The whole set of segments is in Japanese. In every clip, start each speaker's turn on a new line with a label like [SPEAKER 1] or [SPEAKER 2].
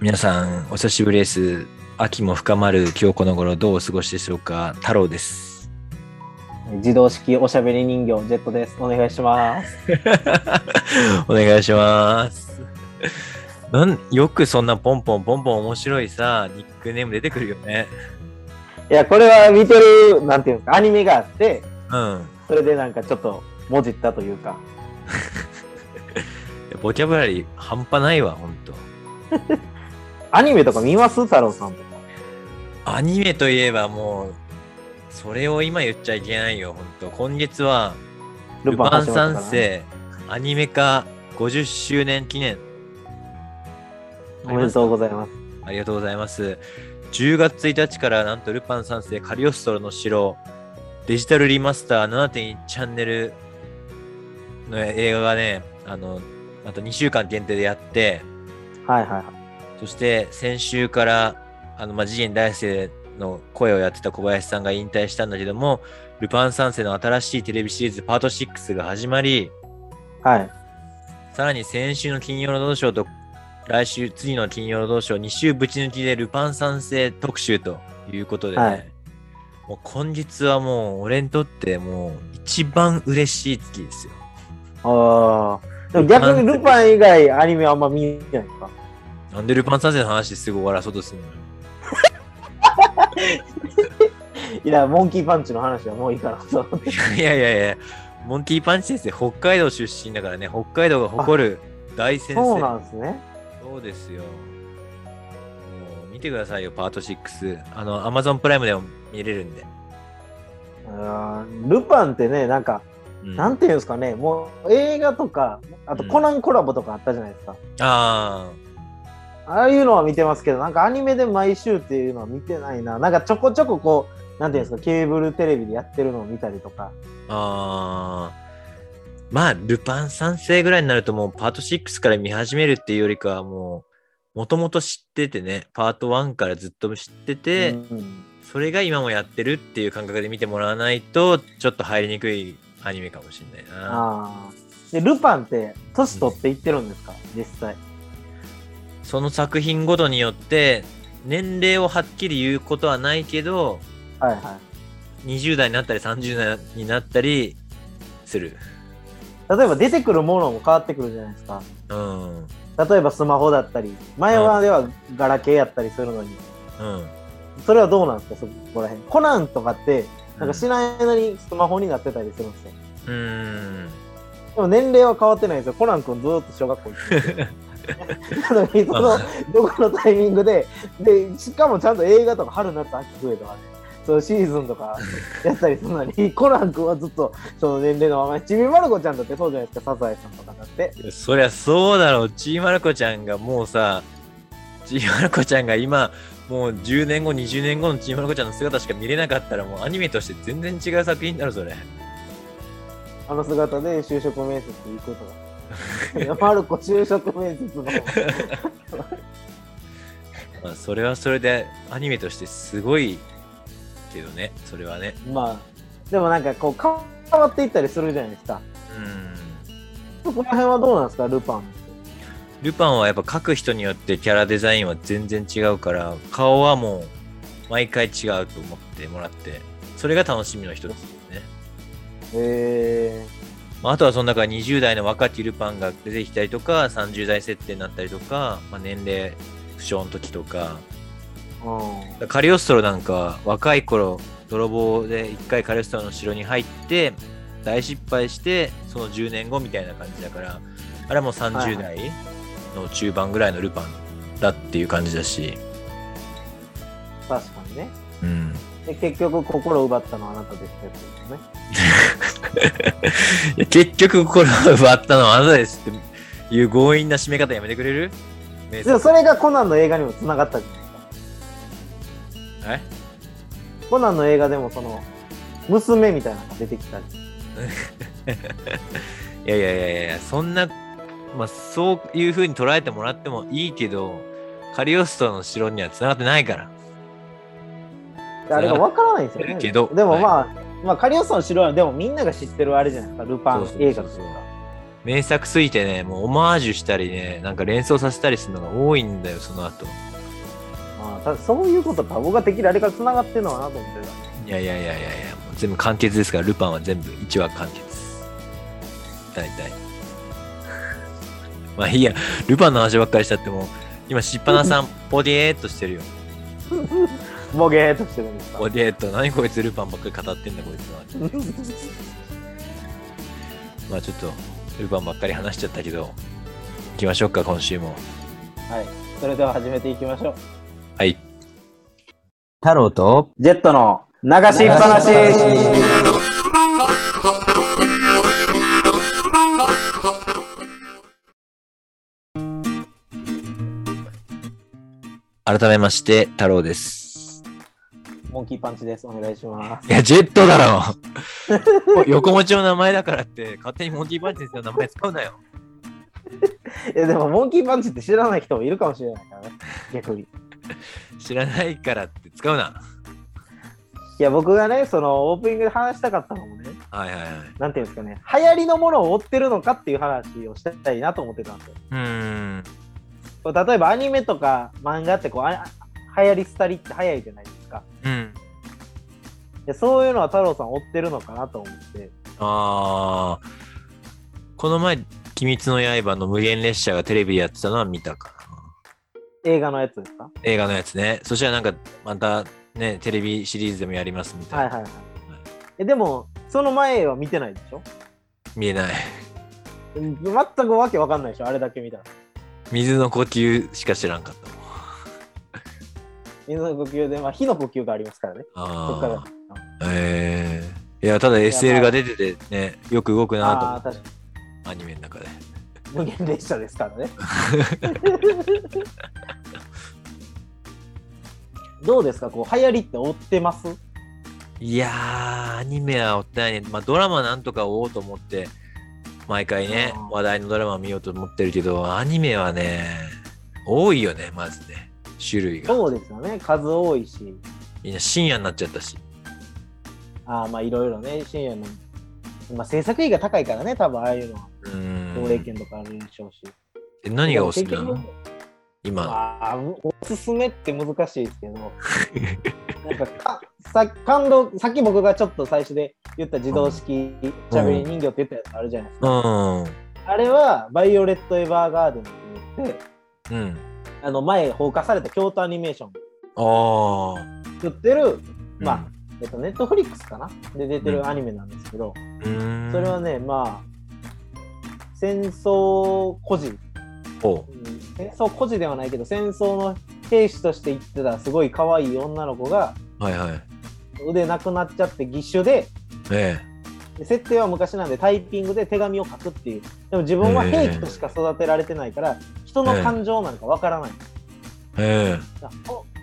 [SPEAKER 1] 皆さん、お久しぶりです。秋も深まる今日この頃どうお過ごしでしょうか太郎です。
[SPEAKER 2] 自動式おしゃべり人形ジェットです。お願いします。
[SPEAKER 1] お願いします。なんよくそんなポンポンポンポン面白いさ、ニックネーム出てくるよね。
[SPEAKER 2] いや、これは見てる、なんていうんですか、アニメがあって、
[SPEAKER 1] うん。
[SPEAKER 2] それでなんかちょっと、もじったというか。
[SPEAKER 1] ボキャブラリー半端ないわ、ほんと。
[SPEAKER 2] アニメとか見ます太郎さんとか。
[SPEAKER 1] アニメといえばもう、それを今言っちゃいけないよ、ほんと。今月は、ルパン
[SPEAKER 2] 橋本かな
[SPEAKER 1] 三。世アニメ化50周年記念。
[SPEAKER 2] おめでとうございます。
[SPEAKER 1] ありがとうございます。10月1日からなんとルパン三世カリオストロの城デジタルリマスター7.1チャンネルの映画がね、あの、あと2週間限定でやって、
[SPEAKER 2] はいはいはい。
[SPEAKER 1] そして先週からあの、まあ、次元大生の声をやってた小林さんが引退したんだけども、ルパン三世の新しいテレビシリーズパート6が始まり、
[SPEAKER 2] はい。
[SPEAKER 1] さらに先週の金曜ロードショーと来週、次の金曜ロードショー2週ぶち抜きでルパン三世特集ということでね、
[SPEAKER 2] はい
[SPEAKER 1] もう今月はもう俺にとってもう一番嬉しい月ですよ。
[SPEAKER 2] ああ。でも逆にルパン以外アニメあんま見ないじゃないですか。
[SPEAKER 1] なんでルパン三世の話すぐ終わらそうとするのよ
[SPEAKER 2] いや、モンキーパンチの話はもういいから。そう
[SPEAKER 1] いやいやいや、モンキーパンチ先生、北海道出身だからね、北海道が誇る大先生。
[SPEAKER 2] そうなんですね。
[SPEAKER 1] そうですよ。もう見てくださいよ、パート6。あの、Amazon プライムでも見れるんで。
[SPEAKER 2] あールパンってね、なんか、
[SPEAKER 1] うん、
[SPEAKER 2] なんていうんですかね、もう映画とか、あとコナンコラボとかあったじゃないですか。
[SPEAKER 1] あ
[SPEAKER 2] ああいうのは見てますけど、なんかアニメで毎週っていうのは見てないな。なんかちょこちょここう、なんていうんですか、ケーブルテレビでやってるのを見たりとか。
[SPEAKER 1] あ、ああ。まあ、ルパン三世ぐらいになるともうパート6から見始めるっていうよりかはもう、もともと知っててね、パート1からずっと知ってて、
[SPEAKER 2] うん
[SPEAKER 1] それが今もやってるっていう感覚で見てもらわないと、ちょっと入りにくいアニメかもしれないな。
[SPEAKER 2] ああ。で、ルパンって、年取っていってるんですか、実際。
[SPEAKER 1] その作品ごとによって、年齢をはっきり言うことはないけど、
[SPEAKER 2] はいは
[SPEAKER 1] 20代になったり30代になったりする。
[SPEAKER 2] い。例えば出てくるものも変わってくるじゃないですか。
[SPEAKER 1] うん。うん。
[SPEAKER 2] 例えばスマホだったり、前はではガラケーやったりするのに、それはどうなんですか、そこら辺。コナンとかって、なんか知らない間にスマホになってたりするんですよ。
[SPEAKER 1] うん。
[SPEAKER 2] でも年齢は変わってないんですよ。コナン君ずーっと小学校行ってる。なのに、その、どこのタイミングで、で、しかもちゃんと映画とか春夏秋冬とかね、そうシーズンとかやったりするのに、コナン君はずっとその年齢のまま、ちびまる子ちゃんだってそうじゃないですか、サザエさんとかだって。
[SPEAKER 1] そりゃそうだろう。ちいまる子ちゃんがもうさ、ちいまる子ちゃんが今、もう10年後、20年後のちいまる子ちゃんの姿しか見れなかったら、もうアニメとして全然違う作品になる、それ。
[SPEAKER 2] あの姿で就職面接行くとか。いやまる子就職面接の。
[SPEAKER 1] まあ、それはそれでアニメとしてすごいけどね、それはね。
[SPEAKER 2] まあ、でもなんかこう、変わっていったりするじゃないですか。
[SPEAKER 1] うん。
[SPEAKER 2] そこら辺はどうなんですか、ルパン。
[SPEAKER 1] ルパンはやっぱ書く人によってキャラデザインは全然違うから、顔はもう毎回違うと思ってもらって、それが楽しみの一つですね。
[SPEAKER 2] え
[SPEAKER 1] まあ、あとはその中に20代の若きルパンが出てきたりとか、30代設定になったりとか、まあ、年齢不詳の時とか、
[SPEAKER 2] ー、うん。
[SPEAKER 1] カリオストロなんかは若い頃、泥棒で一回カリオストロの城に入って、大失敗して、その10年後みたいな感じだから、あれはもう30代の中盤ぐらいのルパンだっていう感じだし、
[SPEAKER 2] 確かにね。
[SPEAKER 1] うん。
[SPEAKER 2] で結局心を奪ったのはあなたでしたけどね。
[SPEAKER 1] いや結局これを奪ったのはあなたですっていう強引な締め方やめてくれる名
[SPEAKER 2] でもそれがコナンの映画にもつながったじゃないで
[SPEAKER 1] え
[SPEAKER 2] すか。コナンの映画でもその娘みたいなのが出てきたり。
[SPEAKER 1] いやいやいやいや、そんな、まあ、そういう風に捉えてもらってもいいけど、カリオストロの城には繋がってないから。
[SPEAKER 2] であれがわからないんですよ
[SPEAKER 1] い
[SPEAKER 2] ね。
[SPEAKER 1] るけど
[SPEAKER 2] でもまあ、まあカリオストロの城はでもみんなが知ってるあれじゃないですか。ルパン
[SPEAKER 1] そうそうそう
[SPEAKER 2] 映画というか。
[SPEAKER 1] 名作すぎてね、もうオマージュしたりね、なんか連想させたりするのが多いんだよ、その後。
[SPEAKER 2] まあ、ただそういうことか、僕が的にあれから繋がってんのかなと思って
[SPEAKER 1] いやいやいやいやいや、もう全部完結ですから、ルパンは全部1話完結。大体。 まあいいや、ルパンの話ばっかりしちゃっても、今、しっぱなさん、ポディエーっとしてるよ。
[SPEAKER 2] た。ボゲーっとしてるんですか。
[SPEAKER 1] ポディエーっと、何こいつルパンばっかり語ってんだ、こいつは。 まあちょっと、ルパンばっかり話しちゃったけど、行きましょうか、今週も。
[SPEAKER 2] はい。それでは始めていきましょう。
[SPEAKER 1] はい。太郎と、
[SPEAKER 2] ジェットの流しっぱなし。
[SPEAKER 1] 改めまして、太郎です。
[SPEAKER 2] モンキーパンチです。お願いします。
[SPEAKER 1] いや、ジェットだ ろ横持ちの名前だからって、勝手にモンティパンチ先生の名前使うなよ。
[SPEAKER 2] いや、でも、モンキーパンチって知らない人もいるかもしれないからね。逆に。
[SPEAKER 1] 知らないからって使うな。
[SPEAKER 2] いや、僕がね、その、オープニングで話したかったのもね、
[SPEAKER 1] はいはいはい。
[SPEAKER 2] なんていうんですかね、流行りのものを追ってるのかっていう話をしたいなと思ってたんですよ。
[SPEAKER 1] うーん。
[SPEAKER 2] こう例えば、アニメとか漫画ってこう、あ流行り廃りって早いじゃないですか。
[SPEAKER 1] うん。
[SPEAKER 2] いやそういうのは太郎さん追ってるのかなと思って。
[SPEAKER 1] あー。この前、鬼滅の刃の無限列車がテレビでやってたのは見たか
[SPEAKER 2] 映画のやつですか
[SPEAKER 1] な。映画のやつね。そしたらなんか、またね、テレビシリーズでもやりますみたい
[SPEAKER 2] はい
[SPEAKER 1] な。
[SPEAKER 2] はいはい。えでも、その前は見てないでしょ
[SPEAKER 1] 見えない。
[SPEAKER 2] うん全くわけわかんないでしょあれだけ見たら。
[SPEAKER 1] 水の呼吸しか知らんかったもん。
[SPEAKER 2] 水の呼吸で、まあ、火の呼吸がありますからね。そっから。
[SPEAKER 1] あー。えー。いや、ただ SL が出ててね、よく動くなと思
[SPEAKER 2] ああ
[SPEAKER 1] っ
[SPEAKER 2] ー、
[SPEAKER 1] て
[SPEAKER 2] 確かに。
[SPEAKER 1] アニメの中で。
[SPEAKER 2] 無限列車で すからね。どうですかこう流行りって追ってます
[SPEAKER 1] いやー、アニメは追ってないね。まあ、ドラマなんとか追おうと思って、毎回ね
[SPEAKER 2] あー、
[SPEAKER 1] 話題のドラマ見ようと思ってるけど、アニメはね、多いよね、まずね。種類が。
[SPEAKER 2] そうですよね。数多いし。
[SPEAKER 1] みんな深夜になっちゃったし。
[SPEAKER 2] ああ、まあいろいろね。深夜の。まあ制作費が高いからね。多分ああいうのは。
[SPEAKER 1] うー
[SPEAKER 2] 奨励
[SPEAKER 1] ん。
[SPEAKER 2] 券とかあるでしょうし。
[SPEAKER 1] え何がおすすめ
[SPEAKER 2] で
[SPEAKER 1] な
[SPEAKER 2] も
[SPEAKER 1] の
[SPEAKER 2] 結局
[SPEAKER 1] 今。
[SPEAKER 2] ああおすすめって難しいで すけどなんかかさ感動さっき僕がちょっと最初で言った自動式しゃべり人形って言ったやつあるじゃないです
[SPEAKER 1] う
[SPEAKER 2] か、
[SPEAKER 1] ん。
[SPEAKER 2] あれは「バイオレット・エヴァーガーデン」って言って
[SPEAKER 1] うん。
[SPEAKER 2] あの前放火された京都アニメーション
[SPEAKER 1] ああ。
[SPEAKER 2] 作ってる、
[SPEAKER 1] うん
[SPEAKER 2] まあ。えっと、ネットフリックスかなで出て
[SPEAKER 1] うん
[SPEAKER 2] るアニメなんですけど、
[SPEAKER 1] うーん。
[SPEAKER 2] それはねまあ戦争孤児
[SPEAKER 1] ほ
[SPEAKER 2] うん戦争孤児ではないけど戦争の兵士として行ってたすごい可愛い女の子が
[SPEAKER 1] う。はいはい。
[SPEAKER 2] 腕なくなっちゃって義手で
[SPEAKER 1] え
[SPEAKER 2] で設定は昔なんでタイピングで手紙を書くっていうでも自分は兵器としか育てられてないから、人の感情なんかわからない、
[SPEAKER 1] え。え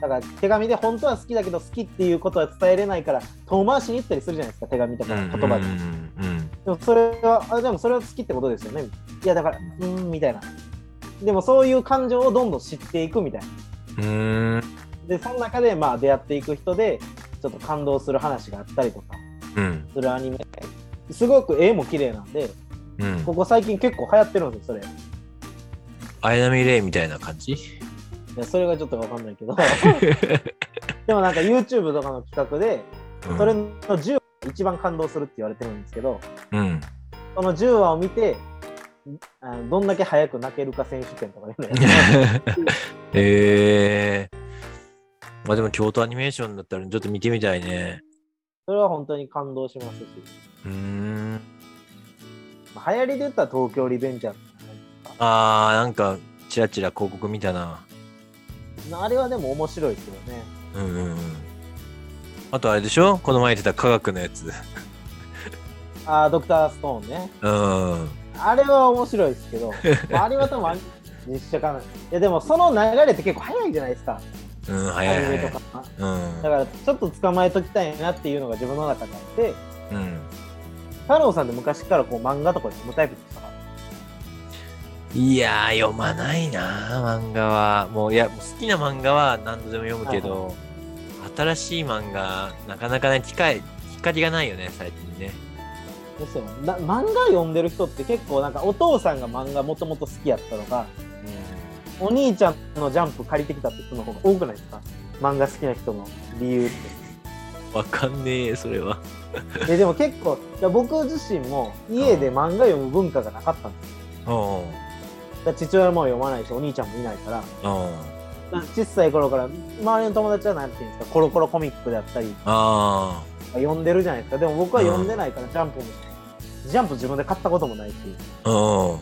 [SPEAKER 2] だから手紙で本当は好きだけど好きっていうことは伝えれないから遠回しに言ったりするじゃないですか手紙と
[SPEAKER 1] え。
[SPEAKER 2] か言
[SPEAKER 1] う
[SPEAKER 2] 葉で、
[SPEAKER 1] んうん
[SPEAKER 2] でもそれはあでもそれは好きってことですよねいやだからうーんみたいなでもそういう感情をどんどん知っていくみたいな
[SPEAKER 1] うんうん。うーん。
[SPEAKER 2] でその中でまあ出会っていく人でちょっと感動する話があったりとか
[SPEAKER 1] うん。
[SPEAKER 2] するアニメすごく絵も綺麗なんで
[SPEAKER 1] うん。
[SPEAKER 2] ここ最近結構流行ってるんですよそれい
[SPEAKER 1] 綾波レイみたいな感 じ
[SPEAKER 2] やそれがちょっとわかんないけど でもなんか YouTube とかの企画で
[SPEAKER 1] うん
[SPEAKER 2] それの10話が一番感動するって言われてるんですけど
[SPEAKER 1] うん。
[SPEAKER 2] その10話を見てあのどんだけ早く泣けるか選手権とかね
[SPEAKER 1] ええまあでも京都アニメーションだったらちょっと見てみたいね。
[SPEAKER 2] それは本当に感動しますし
[SPEAKER 1] うーん。
[SPEAKER 2] まあ流行りで言ったら東京リベンジャーズ
[SPEAKER 1] あー、なんかちらちら広告見たな。
[SPEAKER 2] あれはでも面白いですよね
[SPEAKER 1] うんうんうん。あとあれでしょこの前言ってた科学のやつ。
[SPEAKER 2] ああドクターストーンね
[SPEAKER 1] うん。
[SPEAKER 2] あれは面白いですけど、まあ、あれは多分アニメ実写化なんいやでもその流れって結構早いじゃないですか、
[SPEAKER 1] うん、早い
[SPEAKER 2] アニ
[SPEAKER 1] 早
[SPEAKER 2] メ
[SPEAKER 1] い
[SPEAKER 2] と。か。
[SPEAKER 1] うん
[SPEAKER 2] だ。からちょっと捕まえときたいなっていうのが自分の中であって、
[SPEAKER 1] うん。
[SPEAKER 2] 太郎さんって昔からこう漫画とか読むタイプでしたから
[SPEAKER 1] いやー、読まないなー漫画は。もう、いや、好きな漫画は何度でも読むけど、新しい漫画、なかなかね、機会、きっかけがないよね、最近ね。
[SPEAKER 2] そうな漫画読んでる人って結構なんかお父さんが漫画もともと好きやったのがお兄ちゃんのジャンプ借りてきたって人の方が多くないですか漫画好きな人の理由って
[SPEAKER 1] わかんねえ、それは。
[SPEAKER 2] えでも結構いや僕自身も家で漫画読む文化がなかったんですよ
[SPEAKER 1] うん。
[SPEAKER 2] だから父親も読まないしお兄ちゃんもいないから
[SPEAKER 1] うん。
[SPEAKER 2] なんか小さい頃から周りの友達は何て言うんですかコロコロコミックであったり
[SPEAKER 1] あ
[SPEAKER 2] 読んでるじゃないですかでも僕は読んでないからジャンプもジャンプ自分で買ったこともないし
[SPEAKER 1] あ。うん。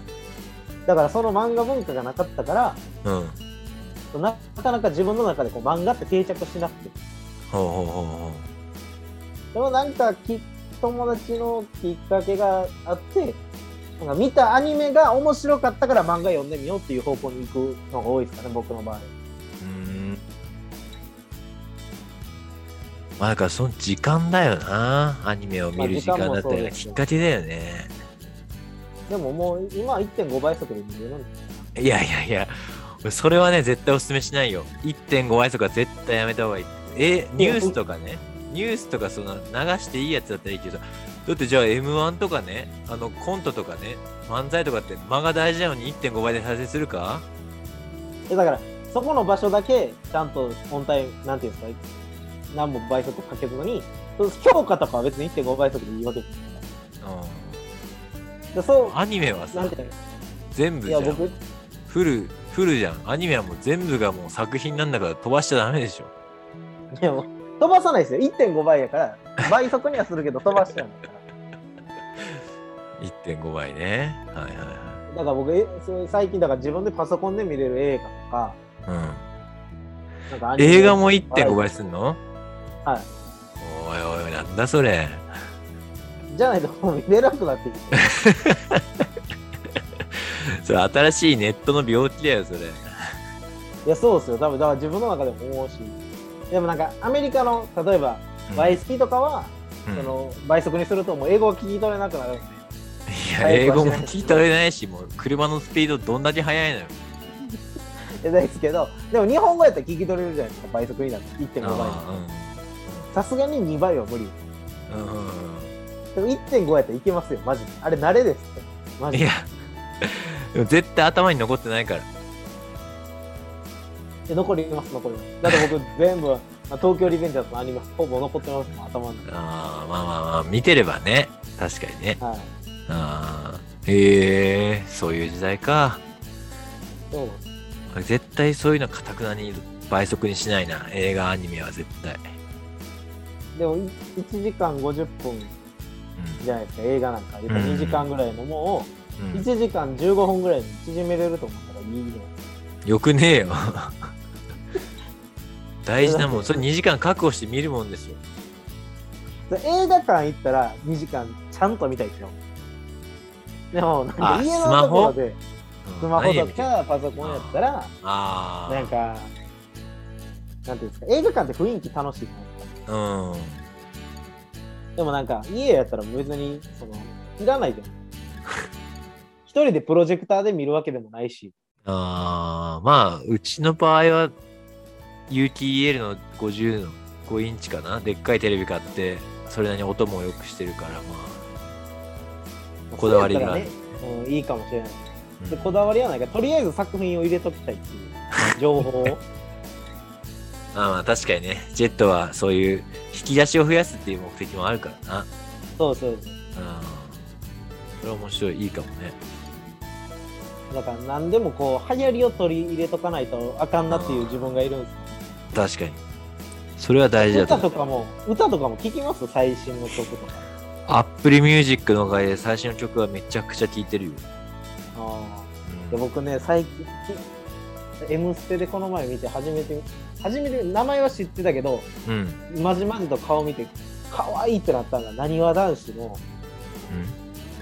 [SPEAKER 2] だからその漫画文化がなかったから
[SPEAKER 1] うん。
[SPEAKER 2] なかなか自分の中でこう漫画って定着しなくて
[SPEAKER 1] ほうほうほうほ
[SPEAKER 2] でもなんかき友達のきっかけがあってなんか見たアニメが面白かったから漫画読んでみようっていう方向に行くのが多いですかね僕の場合
[SPEAKER 1] う。うーん。まあだからその時間だよな。アニメを見る時間だったりがきっかけだよね。
[SPEAKER 2] でももう今は1.5倍速で見れるんです
[SPEAKER 1] いやいやいや、俺それはね、絶対おすすめしないよ。1.5倍速は絶対やめた方がいい。え、ニュースとかね、ニュースとかその流していいやつだったらいいけど、だってじゃあ M1 とかね、あのコントとかね、漫才とかって間が大事なのに1.5倍で再生するか
[SPEAKER 2] えだからそこの場所だけちゃんと音体なんていうんですか何本倍速かけるのにその評価とかは別に1.5倍速でいいわけです
[SPEAKER 1] う
[SPEAKER 2] でそ
[SPEAKER 1] ん。アニメは
[SPEAKER 2] うな
[SPEAKER 1] さ
[SPEAKER 2] ん、ていうか
[SPEAKER 1] 全部
[SPEAKER 2] い
[SPEAKER 1] じゃ
[SPEAKER 2] や
[SPEAKER 1] ん。
[SPEAKER 2] 僕
[SPEAKER 1] フル、フルじゃん。アニメはもう全部がもう作品なんだから飛ばしちゃダメでしょ。
[SPEAKER 2] いやもう飛ばさないですよ1.5倍やから倍速にはするけど飛ばしちゃうんだから
[SPEAKER 1] 1.5倍ね。はいは
[SPEAKER 2] だから僕えそう最近だから自分でパソコンで見れる映画とか
[SPEAKER 1] いはい。うん。
[SPEAKER 2] なんかアニメ
[SPEAKER 1] 映画も1.5倍すんの
[SPEAKER 2] はい
[SPEAKER 1] おいおいなんだそれ
[SPEAKER 2] じゃないともう見れなくなってきて
[SPEAKER 1] それ新しいネットの病気だよそれ
[SPEAKER 2] いやそうですよ多分だから自分の中でも思うしでもなんかアメリカの例えば倍好きとかは、
[SPEAKER 1] うん
[SPEAKER 2] その倍速にするともう英語は聞き取れなくなるんで
[SPEAKER 1] いや英語も聞い取れないしもう車のスピードどんだけ速いのよ
[SPEAKER 2] いやですけどでも日本語やったら聞き取れるじゃないですか倍速になって1.5倍の
[SPEAKER 1] あ
[SPEAKER 2] さすがに2倍は無理
[SPEAKER 1] あうんうんうん
[SPEAKER 2] でも1.5やったらいけますよマジであれ慣れですってマ
[SPEAKER 1] うん
[SPEAKER 2] ジ
[SPEAKER 1] い
[SPEAKER 2] で
[SPEAKER 1] やでも絶対頭に残ってないから
[SPEAKER 2] え残ります残りますだって僕全部、まあ東京リベンジャーズのアニメほぼ残ってますもん頭の中
[SPEAKER 1] あーまあまあまあ見てればね確かにね
[SPEAKER 2] はい
[SPEAKER 1] あーへえそういう時代か
[SPEAKER 2] そう
[SPEAKER 1] 絶対そういうのかたくなに倍速にしないな映画アニメは絶対、
[SPEAKER 2] でもい1時間50分じゃないですか映画なんかやっぱ
[SPEAKER 1] うん
[SPEAKER 2] 2時間ぐらいのも
[SPEAKER 1] うん
[SPEAKER 2] う
[SPEAKER 1] うん
[SPEAKER 2] 1時間15分ぐらいに縮めれると思ったらいいね
[SPEAKER 1] よくねえよ。 大事なもん、それ2時間確保して見るもんですよ。
[SPEAKER 2] で映画館行ったら2時間ちゃんと見たいですよでもなんか
[SPEAKER 1] あ
[SPEAKER 2] 家の
[SPEAKER 1] スマ
[SPEAKER 2] と
[SPEAKER 1] ホ
[SPEAKER 2] ころで
[SPEAKER 1] うん
[SPEAKER 2] スマホ
[SPEAKER 1] 何
[SPEAKER 2] と
[SPEAKER 1] を見てる
[SPEAKER 2] かパソコンやったら
[SPEAKER 1] あ
[SPEAKER 2] なんかなんていうんですか映画館って雰囲気楽しいじゃないですか
[SPEAKER 1] あ。うん。
[SPEAKER 2] でもなんか家やったら別にそのいらないじゃない一人でプロジェクターで見るわけでもないし
[SPEAKER 1] ああ、まあ、うちの場合は、UTL の50の5インチかな。でっかいテレビ買って、それなりに音も良くしてるから、まこだわりが
[SPEAKER 2] そうやったらね、うん、いいかもしれない
[SPEAKER 1] あ。
[SPEAKER 2] でこだわりはないからとりあえず作品を入れときたいっていう情報 を
[SPEAKER 1] まあまあ、確かにね、ジェットはそういう引き出しを増やすっていう目的もあるからな。
[SPEAKER 2] そうそう
[SPEAKER 1] うん。それは面白い、いいかもね。
[SPEAKER 2] だから何でもこう流行りを取り入れとかないとあかんなっていう自分がいるんです
[SPEAKER 1] 確かに。それは大事だと思
[SPEAKER 2] 歌
[SPEAKER 1] う
[SPEAKER 2] と。かも歌とかも聞きます最新の曲とか
[SPEAKER 1] アップルミュージックのおかげで最新の曲はめちゃくちゃ聴いてるよ。
[SPEAKER 2] あー
[SPEAKER 1] う
[SPEAKER 2] で
[SPEAKER 1] ん
[SPEAKER 2] 僕ね最近「M ステ」でこの前見て初めて初めて名前は知ってたけど
[SPEAKER 1] うん。うん
[SPEAKER 2] まじまじと顔見て可愛いってなったのがなにわ男子の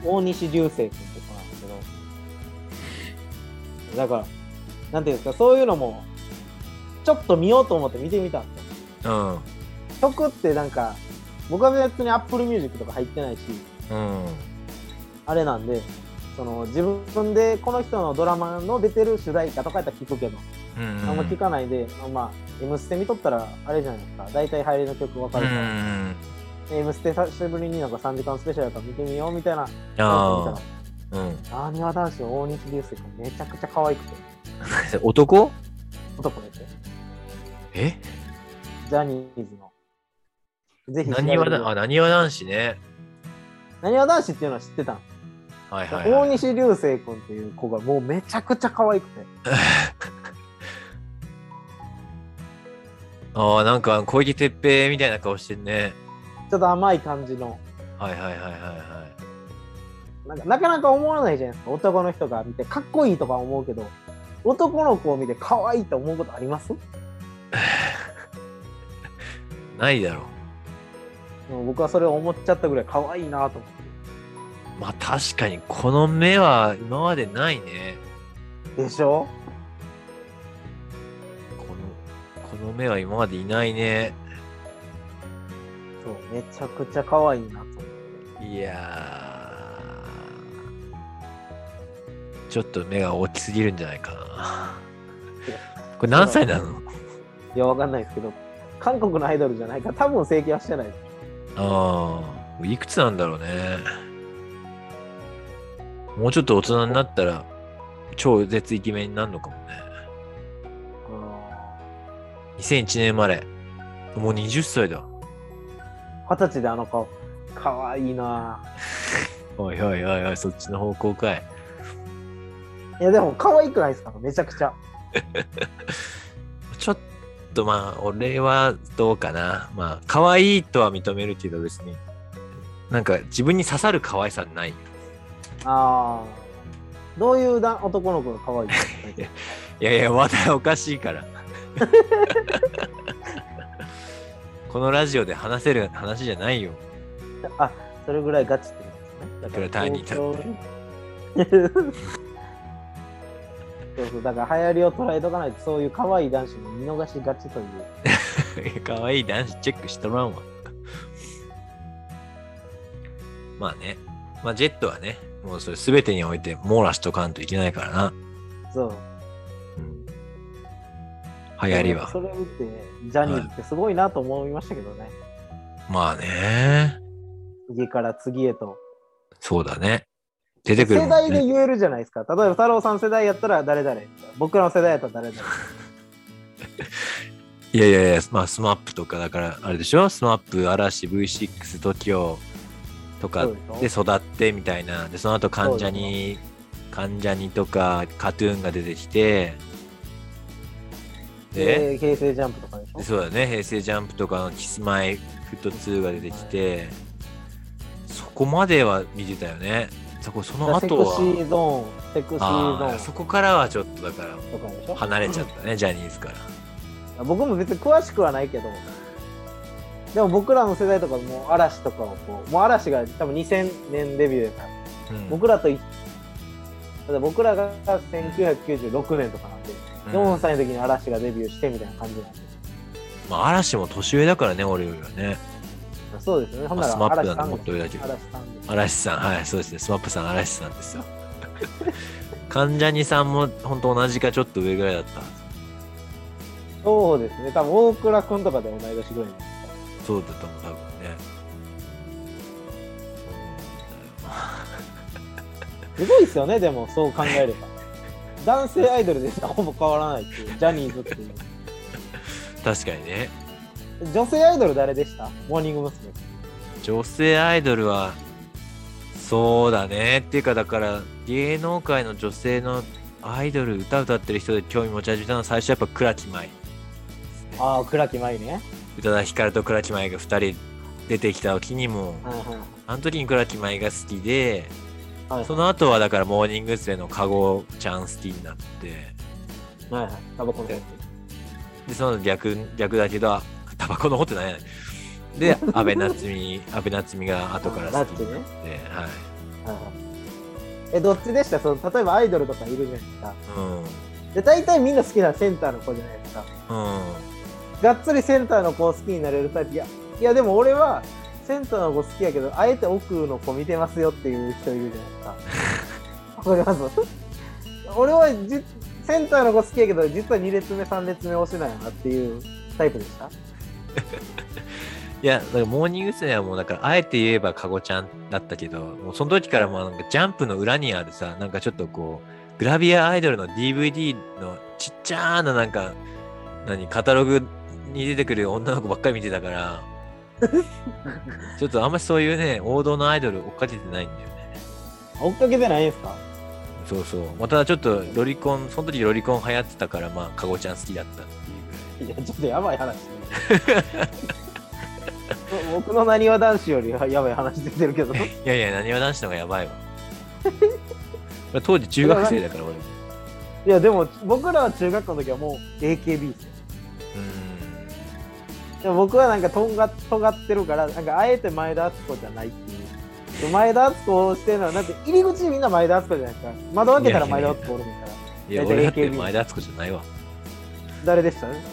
[SPEAKER 2] 大西流星君とかなんですけどだからなんていうんですかそういうのもちょっと見ようと思って見てみたんですよ
[SPEAKER 1] うん。
[SPEAKER 2] 曲ってなんか僕は別に Apple Music とか入ってないし
[SPEAKER 1] うん。
[SPEAKER 2] あれなんでその自分でこの人のドラマの出てる主題歌とかやったら聞くけど、
[SPEAKER 1] うん。
[SPEAKER 2] あんま聞かないで、まあ、まあ「M ステ」見とったらあれじゃないですか大体入りの曲わか
[SPEAKER 1] う
[SPEAKER 2] るから、
[SPEAKER 1] ん。
[SPEAKER 2] えー、M ステ久しぶりになんか3時間スペシャルやから見てみようみたいな。
[SPEAKER 1] ああ、うん。
[SPEAKER 2] あ。なにわ男子の大西流星君めちゃくちゃ可愛くて、
[SPEAKER 1] 男
[SPEAKER 2] 男ですね。
[SPEAKER 1] え
[SPEAKER 2] ジャニーズの。ぜひ調べて
[SPEAKER 1] な
[SPEAKER 2] み
[SPEAKER 1] に
[SPEAKER 2] て
[SPEAKER 1] わだ、あ、なにわ男子ね。
[SPEAKER 2] なにわ男子っていうのは知ってたん
[SPEAKER 1] はいはい、
[SPEAKER 2] 大
[SPEAKER 1] はい。
[SPEAKER 2] 西流星君っていう子がもうめちゃくちゃ可愛くて。
[SPEAKER 1] ああ、なんか小池徹平みたいな顔してんね。
[SPEAKER 2] ちょっと甘い感じの。
[SPEAKER 1] はいはいはいはいは
[SPEAKER 2] なんかなかなか思わないじゃないですか。男の人が見て、かっこいいとか思うけど、男の子を見て可愛いと思うことあります
[SPEAKER 1] い。ないだろう。
[SPEAKER 2] もう僕はそれを思っちゃったぐらい可愛いなと思
[SPEAKER 1] まあ確かにこの目は今までないね。
[SPEAKER 2] って。でしょ
[SPEAKER 1] この、この目は今までいないね。
[SPEAKER 2] そう、めちゃくちゃ可愛いなと思って。
[SPEAKER 1] いやー。ちょっと目が大きすぎるんじゃないか な。これ何歳なの
[SPEAKER 2] いや、わかんないですけど、韓国のアイドルじゃないから、多分整形はしてないです。
[SPEAKER 1] ああ、いくつなんだろうね。もうちょっと大人になったら、超絶イケメンになるのかもね。
[SPEAKER 2] うん
[SPEAKER 1] 2001年生まれ。もう20歳だ。
[SPEAKER 2] 二十歳であの顔、可愛いな
[SPEAKER 1] おいおいおいおい、そっちの方向かい。
[SPEAKER 2] いや、でも可愛くないですかめちゃくちゃ。
[SPEAKER 1] ちょっとまあ、俺はどうかな。まあ、可愛いとは認めるけど別に。なんか自分に刺さる可愛さない。
[SPEAKER 2] ああ。どういうだ男の子が可愛いで すか
[SPEAKER 1] いやいや、話題おかしいから。このラジオで話せる話じゃないよ。
[SPEAKER 2] あ、それぐらいガチってことですね。
[SPEAKER 1] いくら単位に立って
[SPEAKER 2] 東京にそうそうだから流行りを捉えとかないとそういう可愛い男子も見逃しがちという
[SPEAKER 1] 可愛い男子チェックしとらんわ。まあね。まあ、ジェットはね、もうそれ全てにおいて網羅しとかんといけないからな。
[SPEAKER 2] そう
[SPEAKER 1] うん、流行りは。
[SPEAKER 2] それを見てジャニーズってすごいなと思いましたけどね、
[SPEAKER 1] まあね。
[SPEAKER 2] 次から次へと
[SPEAKER 1] そうだね。出てくるも
[SPEAKER 2] 世
[SPEAKER 1] ん
[SPEAKER 2] 代で
[SPEAKER 1] ね。
[SPEAKER 2] 言えるじゃないですか例えば太郎さん世代やったら誰々僕らの世代やったら誰々
[SPEAKER 1] いやいやいや、まあ、スマップとか、だから、あれでしょスマップ、嵐、V6、TOKIO とか
[SPEAKER 2] そう
[SPEAKER 1] で
[SPEAKER 2] でし
[SPEAKER 1] 育ってみたいな。で、その後、関ジャニ、関ジャニとか、カトゥーンが出てきて、で、
[SPEAKER 2] で形成ジャンプとかでしょ
[SPEAKER 1] でそうだね、平成ジャンプとかのキスマイ、フット2が出てきて、そこまでは見てたよね。そこ、その
[SPEAKER 2] セクシ
[SPEAKER 1] 後は、
[SPEAKER 2] ーゾーンセクシーゾ
[SPEAKER 1] あ
[SPEAKER 2] ー
[SPEAKER 1] ー
[SPEAKER 2] ン
[SPEAKER 1] そこからはちょっとだから、
[SPEAKER 2] とかでしょ
[SPEAKER 1] 離れちゃったね、ジャニーズから。
[SPEAKER 2] 僕も別に詳しくはないけどでも僕らの世代とかもう嵐とかをこうもう嵐が多分2000年デビューだから、
[SPEAKER 1] うん
[SPEAKER 2] 僕らといただ僕らが1996年とかなんで、
[SPEAKER 1] うん
[SPEAKER 2] 4歳の時に嵐がデビューしてみたいな感じなんで
[SPEAKER 1] まあ、嵐も年上だからね、俺よりはね。
[SPEAKER 2] そうですよねほんな
[SPEAKER 1] まあ
[SPEAKER 2] ら
[SPEAKER 1] SMAP
[SPEAKER 2] 嵐
[SPEAKER 1] なん
[SPEAKER 2] さ
[SPEAKER 1] て
[SPEAKER 2] ん
[SPEAKER 1] も
[SPEAKER 2] が
[SPEAKER 1] っと上だけど
[SPEAKER 2] 嵐さんが
[SPEAKER 1] 嵐さん、はい、そうですね。スマップさん、嵐さん ですよ。関ジャニさんも本当同じかちょっと上ぐらいだったは
[SPEAKER 2] そうですね多分大倉君とかで同い年ぐらいです
[SPEAKER 1] ず。そうだったもん、多分ね。
[SPEAKER 2] すごいですよねでもそう考え れば男性アイドルでほぼ変わらないっていうジャニーズっていう
[SPEAKER 1] 確かにね。
[SPEAKER 2] 女性アイドル誰でしたモーニング娘。
[SPEAKER 1] 女性アイドルは、そうだね。っていうか、だから、芸能界の女性のアイドル、歌歌ってる人で興味持ち始めたのは最初やっぱ倉木舞。
[SPEAKER 2] ああ倉木舞ね
[SPEAKER 1] 宇多田ヒカルと倉木舞が2人出てきた時にもう、
[SPEAKER 2] はいはい
[SPEAKER 1] あの時に倉木舞が好きで、
[SPEAKER 2] はい
[SPEAKER 1] その後はだからモーニング娘。のカゴちゃん好きになって
[SPEAKER 2] はいはいタバコのやつ
[SPEAKER 1] でその逆逆だけどあタバコの方ってなんやねんで安倍夏実安倍夏実が後から好きになって、はい
[SPEAKER 2] はいはいえどっちでしたその例えばアイドルとかいるじゃないですか
[SPEAKER 1] うん
[SPEAKER 2] で大体みんな好きなセンターの子じゃないですか
[SPEAKER 1] うん
[SPEAKER 2] がっつりセンターの子を好きになれるタイプいやいやでも俺はセンターの子好きやけどあえて奥の子見てますよっていう人いるじゃないです かわかります俺はじセンターの子好きやけど実は2列目3列目推しなんやなっていうタイプでした
[SPEAKER 1] いや、だからモーニング娘。はもうだから、あえて言えばカゴちゃんだったけど、もうその時からもうなんかジャンプの裏にあるさ、なんかちょっとこう、グラビアアイドルの DVD のちっちゃななんか、何、カタログに出てくる女の子ばっかり見てたから、ちょっとあんまりそういうね、王道のアイドル追っかけてないんだよね。
[SPEAKER 2] 追っかけてないんですか
[SPEAKER 1] そうそう。またちょっとロリコン、その時ロリコン流行ってたから、まあ、カゴちゃん好きだったっていうぐらい。
[SPEAKER 2] いや、ちょっとやばい話。 僕のなにわ男子よりはやばい話出てるけ ど、
[SPEAKER 1] いやいや、なにわ男子の方がやばいわ。まあ当時中学生だから俺も。
[SPEAKER 2] いや、でも僕らは中学校の時はもう AKB ですよ。
[SPEAKER 1] う
[SPEAKER 2] でも僕はなんかとんが尖ってるから、なんかあえて前田敦子じゃないっていう。で前田敦子をしてるのは、なんか入り口でみんな前田敦子じゃないですか。窓開けたら前田敦子おるみたいな。
[SPEAKER 1] ーん。いや、
[SPEAKER 2] 大体
[SPEAKER 1] 俺だって
[SPEAKER 2] AKB
[SPEAKER 1] 前田敦子じゃないわ。
[SPEAKER 2] 誰でしたね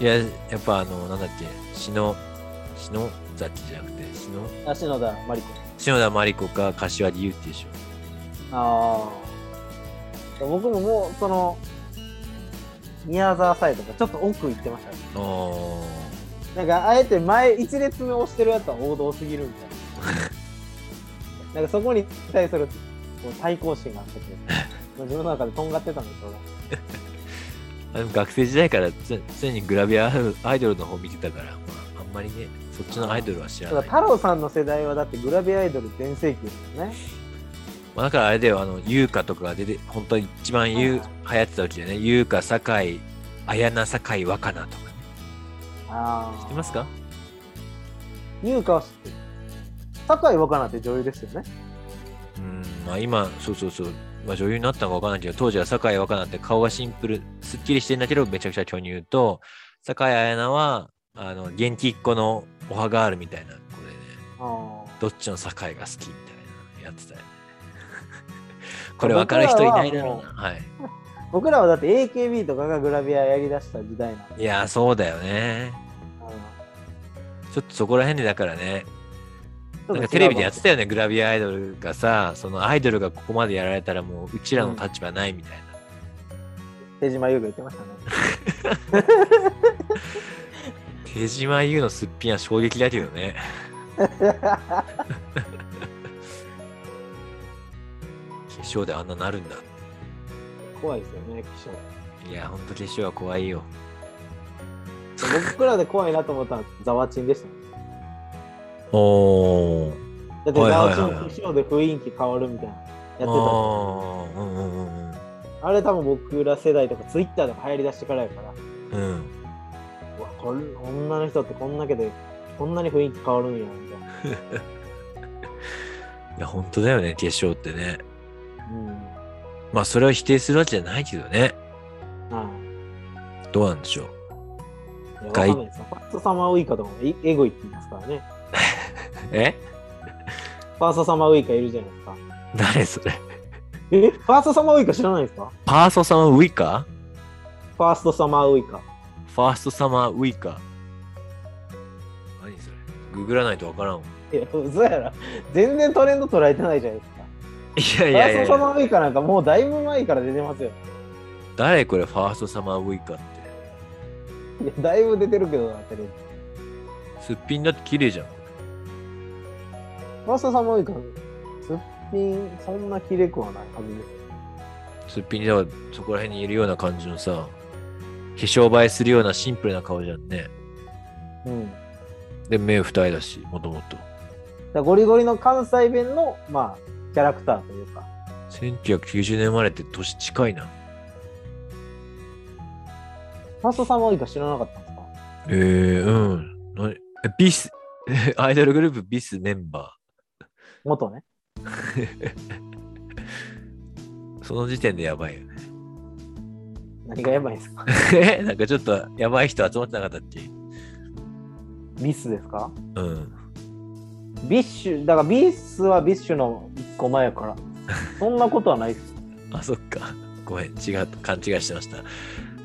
[SPEAKER 1] いや、やっぱあの、なんだっけ、篠、篠崎じゃなくて、篠、
[SPEAKER 2] あ篠田真理子。
[SPEAKER 1] 篠田真理子か柏木優っていうでしょ。
[SPEAKER 2] ああ。僕ももう、その、宮沢サイドがちょっと奥行ってましたね。
[SPEAKER 1] お
[SPEAKER 2] なんか、あえて前、一列目押してるやつは王道すぎるみたいな。 なんか、そこに対するこう対抗心があったというか、自分の中でとんがってたんでしょうね。
[SPEAKER 1] ーあでも学生時代からつ常にグラビアアイドルの方見てたから、まあ、あんまりね、そっちのアイドルは知
[SPEAKER 2] だ
[SPEAKER 1] らな
[SPEAKER 2] から、
[SPEAKER 1] い。
[SPEAKER 2] 太郎さんの世代はだってグラビアアイドル全盛期ですよね。
[SPEAKER 1] まあ、だからあれだよ、あの、優香とかが出て、本当に一番優流行ってた時だよね。優香、酒井、綾菜、酒井、若菜とかね。
[SPEAKER 2] ああ。
[SPEAKER 1] 知ってますか
[SPEAKER 2] 優香は知ってる。酒井若菜って女優ですよね。
[SPEAKER 1] うんまあ、今、そうそうそう、まあ、女優になったのか分からないけど、当時は酒井若菜って顔がシンプル、すっきりしてんだけど、めちゃくちゃ巨乳と、酒井彩菜は、あの、元気っ子のおはガールみたいな、これね、
[SPEAKER 2] ああ。
[SPEAKER 1] どっちの酒井が好きみたいな、やってたよね。 これ分かる人いないだろうな。はい。
[SPEAKER 2] 僕らはだって AKB とかがグラビアやりだした時代なんで。
[SPEAKER 1] いやー、そうだよね。ちょっとそこら辺でだからね、
[SPEAKER 2] うん
[SPEAKER 1] なんかテレビでやってたよね、グラビアアイドルがさ、そのアイドルがここまでやられたらもう、うちらの立場ないみたいな。
[SPEAKER 2] 手島優が言ってましたね。
[SPEAKER 1] 手島優のすっぴんは衝撃だけど ね。決勝であんななるんだ。
[SPEAKER 2] 怖いですよね、気象。
[SPEAKER 1] いや、ほんと決勝は怖いよ。
[SPEAKER 2] 僕らで怖いなと思ったのはザワチンでしたね。
[SPEAKER 1] おー。
[SPEAKER 2] だって
[SPEAKER 1] はい
[SPEAKER 2] ザ
[SPEAKER 1] はいはい
[SPEAKER 2] ワチンの衣装で雰囲気変わるみたいなやってたん
[SPEAKER 1] あーうんうん
[SPEAKER 2] ですよあれ多分僕ら世代とかツイッターとか流行りだしてからやから、
[SPEAKER 1] うんうん。
[SPEAKER 2] うわこれ女の人ってこんだけでこんなに雰囲気変わるんやみたいな。
[SPEAKER 1] いや、ほんとだよね、決勝ってね。
[SPEAKER 2] うん。
[SPEAKER 1] まあ、それを否定するわけじゃないけどね。
[SPEAKER 2] は
[SPEAKER 1] どうなんでしょう。
[SPEAKER 2] い。いやわか
[SPEAKER 1] 外
[SPEAKER 2] んないですよファーストサマーウイカとかもえエゴいって言いますからね。
[SPEAKER 1] え
[SPEAKER 2] ファーストサマーウイカいるじゃないですか。
[SPEAKER 1] 誰それ
[SPEAKER 2] えファーストサマーウイカ知らないですか
[SPEAKER 1] パーソサマーウイカ
[SPEAKER 2] ファーストサマーウイカ。
[SPEAKER 1] ファーストサマーウイカ。何それググらないとわからんわ。
[SPEAKER 2] いや、嘘やろ。全然トレンド捉えてないじゃないですか。
[SPEAKER 1] いやい
[SPEAKER 2] ファ
[SPEAKER 1] やい
[SPEAKER 2] ー
[SPEAKER 1] や
[SPEAKER 2] ス
[SPEAKER 1] い
[SPEAKER 2] トサ
[SPEAKER 1] や。
[SPEAKER 2] マーウイカなんかもうだいぶ前から出てますよ。
[SPEAKER 1] 誰これファーストサマーウイカって。
[SPEAKER 2] いやだいぶ出てるけどな、テレビ。
[SPEAKER 1] すっぴんだって綺麗じゃん。
[SPEAKER 2] ファーストサマーウイカ、すっぴん、そんな綺麗くはないはずです。
[SPEAKER 1] すっぴんではそこら辺にいるような感じのさ、化粧映えするようなシンプルな顔じゃんね。
[SPEAKER 2] うん。だか
[SPEAKER 1] で、目二重だし、もともと。
[SPEAKER 2] らゴリゴリの関西弁の、まあ、キャラクターというか。
[SPEAKER 1] 1990年生まれって年近いな。
[SPEAKER 2] ファーストサマーウイカ知らなかったんですか
[SPEAKER 1] えー、うん。なにえビス、 アイドルグループビスメンバ
[SPEAKER 2] 元ね。
[SPEAKER 1] ー。その時点でやばいよ ね。
[SPEAKER 2] 何がやばいんですか
[SPEAKER 1] えなんかちょっとやばい人集まってなかったっけ
[SPEAKER 2] ビスですか
[SPEAKER 1] うん。
[SPEAKER 2] ビッシュ、だからビスはビッシュの1個前や から。そんなことはないです。
[SPEAKER 1] あ、そっか。ごめん、違う、勘違いしてました。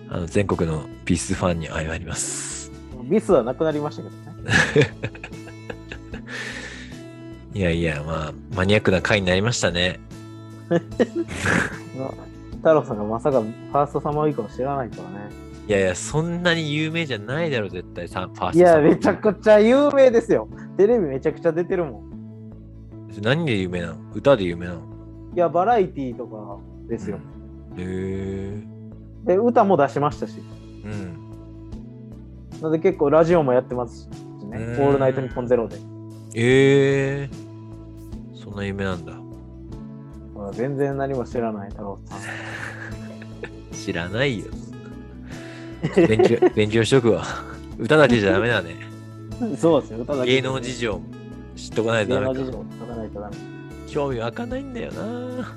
[SPEAKER 1] あの、全国のビスファンに謝ります。
[SPEAKER 2] ビスはなくなりましたけどね。
[SPEAKER 1] いやいや、まあ、マニアックな回になりましたね。
[SPEAKER 2] 太郎さんがまさかファーストサマーウイカを知らないとはね。
[SPEAKER 1] いやいや、そんなに有名じゃないだろ、絶対、さファースト
[SPEAKER 2] いや、
[SPEAKER 1] サマー
[SPEAKER 2] めちゃくちゃ有名ですよ。テレビめちゃくちゃ出てるもん。
[SPEAKER 1] 何で有名なの歌で有名なの
[SPEAKER 2] いや、バラエティーとかですよ。
[SPEAKER 1] うんへえ。
[SPEAKER 2] で、歌も出しましたし。
[SPEAKER 1] うん。
[SPEAKER 2] なので結構ラジオもやってますしね。
[SPEAKER 1] うん
[SPEAKER 2] オールナイトニッポンゼロで。
[SPEAKER 1] ええ。そんな有名なんだ。
[SPEAKER 2] ほら全然何も知らない太郎さん。
[SPEAKER 1] 知らないよ。勉強勉強しとくわ。歌だけじゃダメだね。
[SPEAKER 2] そうですよ、歌だけ
[SPEAKER 1] 芸能事情知っとかないと
[SPEAKER 2] 芸
[SPEAKER 1] ダ
[SPEAKER 2] 能
[SPEAKER 1] メ
[SPEAKER 2] 事情
[SPEAKER 1] か。
[SPEAKER 2] を書かないとダメ。
[SPEAKER 1] 興味湧かないんだよな。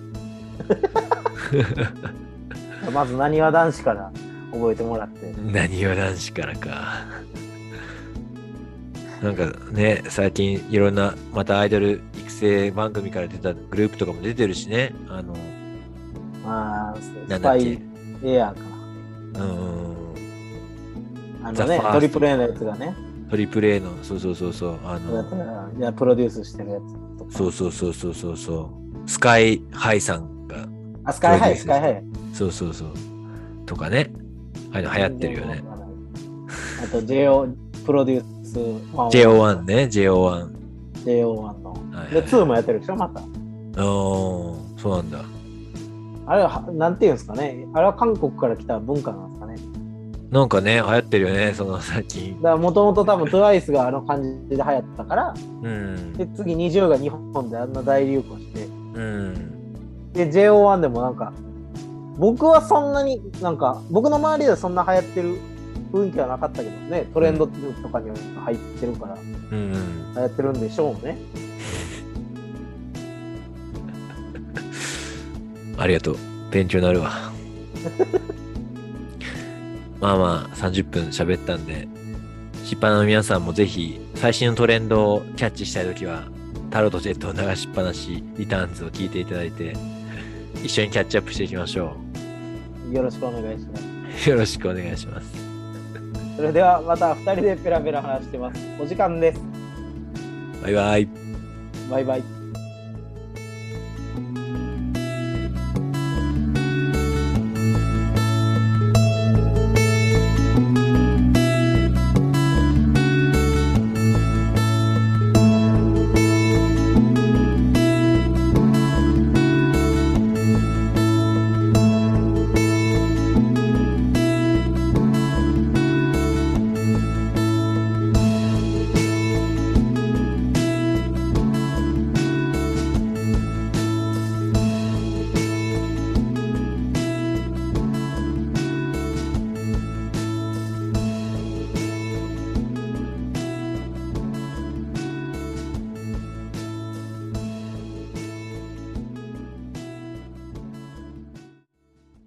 [SPEAKER 2] まず、なにわ男子から覚えてもらって。
[SPEAKER 1] 何わ男子からか。なんかね、最近いろんな、またアイドル育成番組から出たグループとかも出てるしね。あの、
[SPEAKER 2] まあ、
[SPEAKER 1] なん
[SPEAKER 2] ス
[SPEAKER 1] だ
[SPEAKER 2] パ
[SPEAKER 1] っけ
[SPEAKER 2] イ。エアーか。
[SPEAKER 1] うん。
[SPEAKER 2] あ
[SPEAKER 1] ザ
[SPEAKER 2] のね
[SPEAKER 1] ファース、ト
[SPEAKER 2] トリプル A のやつがね、
[SPEAKER 1] トリプレイの、そうそうそうそう。あ
[SPEAKER 2] だ
[SPEAKER 1] の
[SPEAKER 2] か、らいやプロデュースしてるやつとか。
[SPEAKER 1] そうそうそうそうそうそう。スカイハイさんが、
[SPEAKER 2] あ、スカイハイ、ス
[SPEAKER 1] プロ
[SPEAKER 2] カ
[SPEAKER 1] デュース
[SPEAKER 2] イハイ。
[SPEAKER 1] そうそうそう。とかね。ああいうの流行ってるよね。。
[SPEAKER 2] あと、JO、プロデュース101
[SPEAKER 1] JO1 ね、JO1。
[SPEAKER 2] JO1 の。
[SPEAKER 1] はい
[SPEAKER 2] で、2もやってるでしょ、また。
[SPEAKER 1] おーそうなんだ。
[SPEAKER 2] あれは、なんていうんですかね。あれは韓国から来た文化なんですかね。
[SPEAKER 1] なんかね、流行ってるよね、その最近
[SPEAKER 2] だ。から、もともと多分 TWICE があの感じで流行ったから、
[SPEAKER 1] うん。
[SPEAKER 2] で、次 NiziU が日本であんな大流行して、
[SPEAKER 1] うん。
[SPEAKER 2] で、JO1 でもなんか、僕はそんなに、なんか、僕の周りではそんな流行ってる雰囲気はなかったけどね、トレンドとかには入ってるから、
[SPEAKER 1] うん。
[SPEAKER 2] 流行ってるんでしょうね。
[SPEAKER 1] ありがとう。勉強になるわ。 まあまあ、30分喋ったんで、しっぱなの皆さんもぜひ、最新のトレンドをキャッチしたいときは、タロとジェットを流しっぱなし、リターンズを聞いていただいて、一緒にキャッチアップしていきましょ
[SPEAKER 2] よろしくお願いします。
[SPEAKER 1] う。よろしくお願いします。
[SPEAKER 2] それでは、また2人でペラペラ話してます。お時間です。
[SPEAKER 1] バイバイ。
[SPEAKER 2] バイバイ。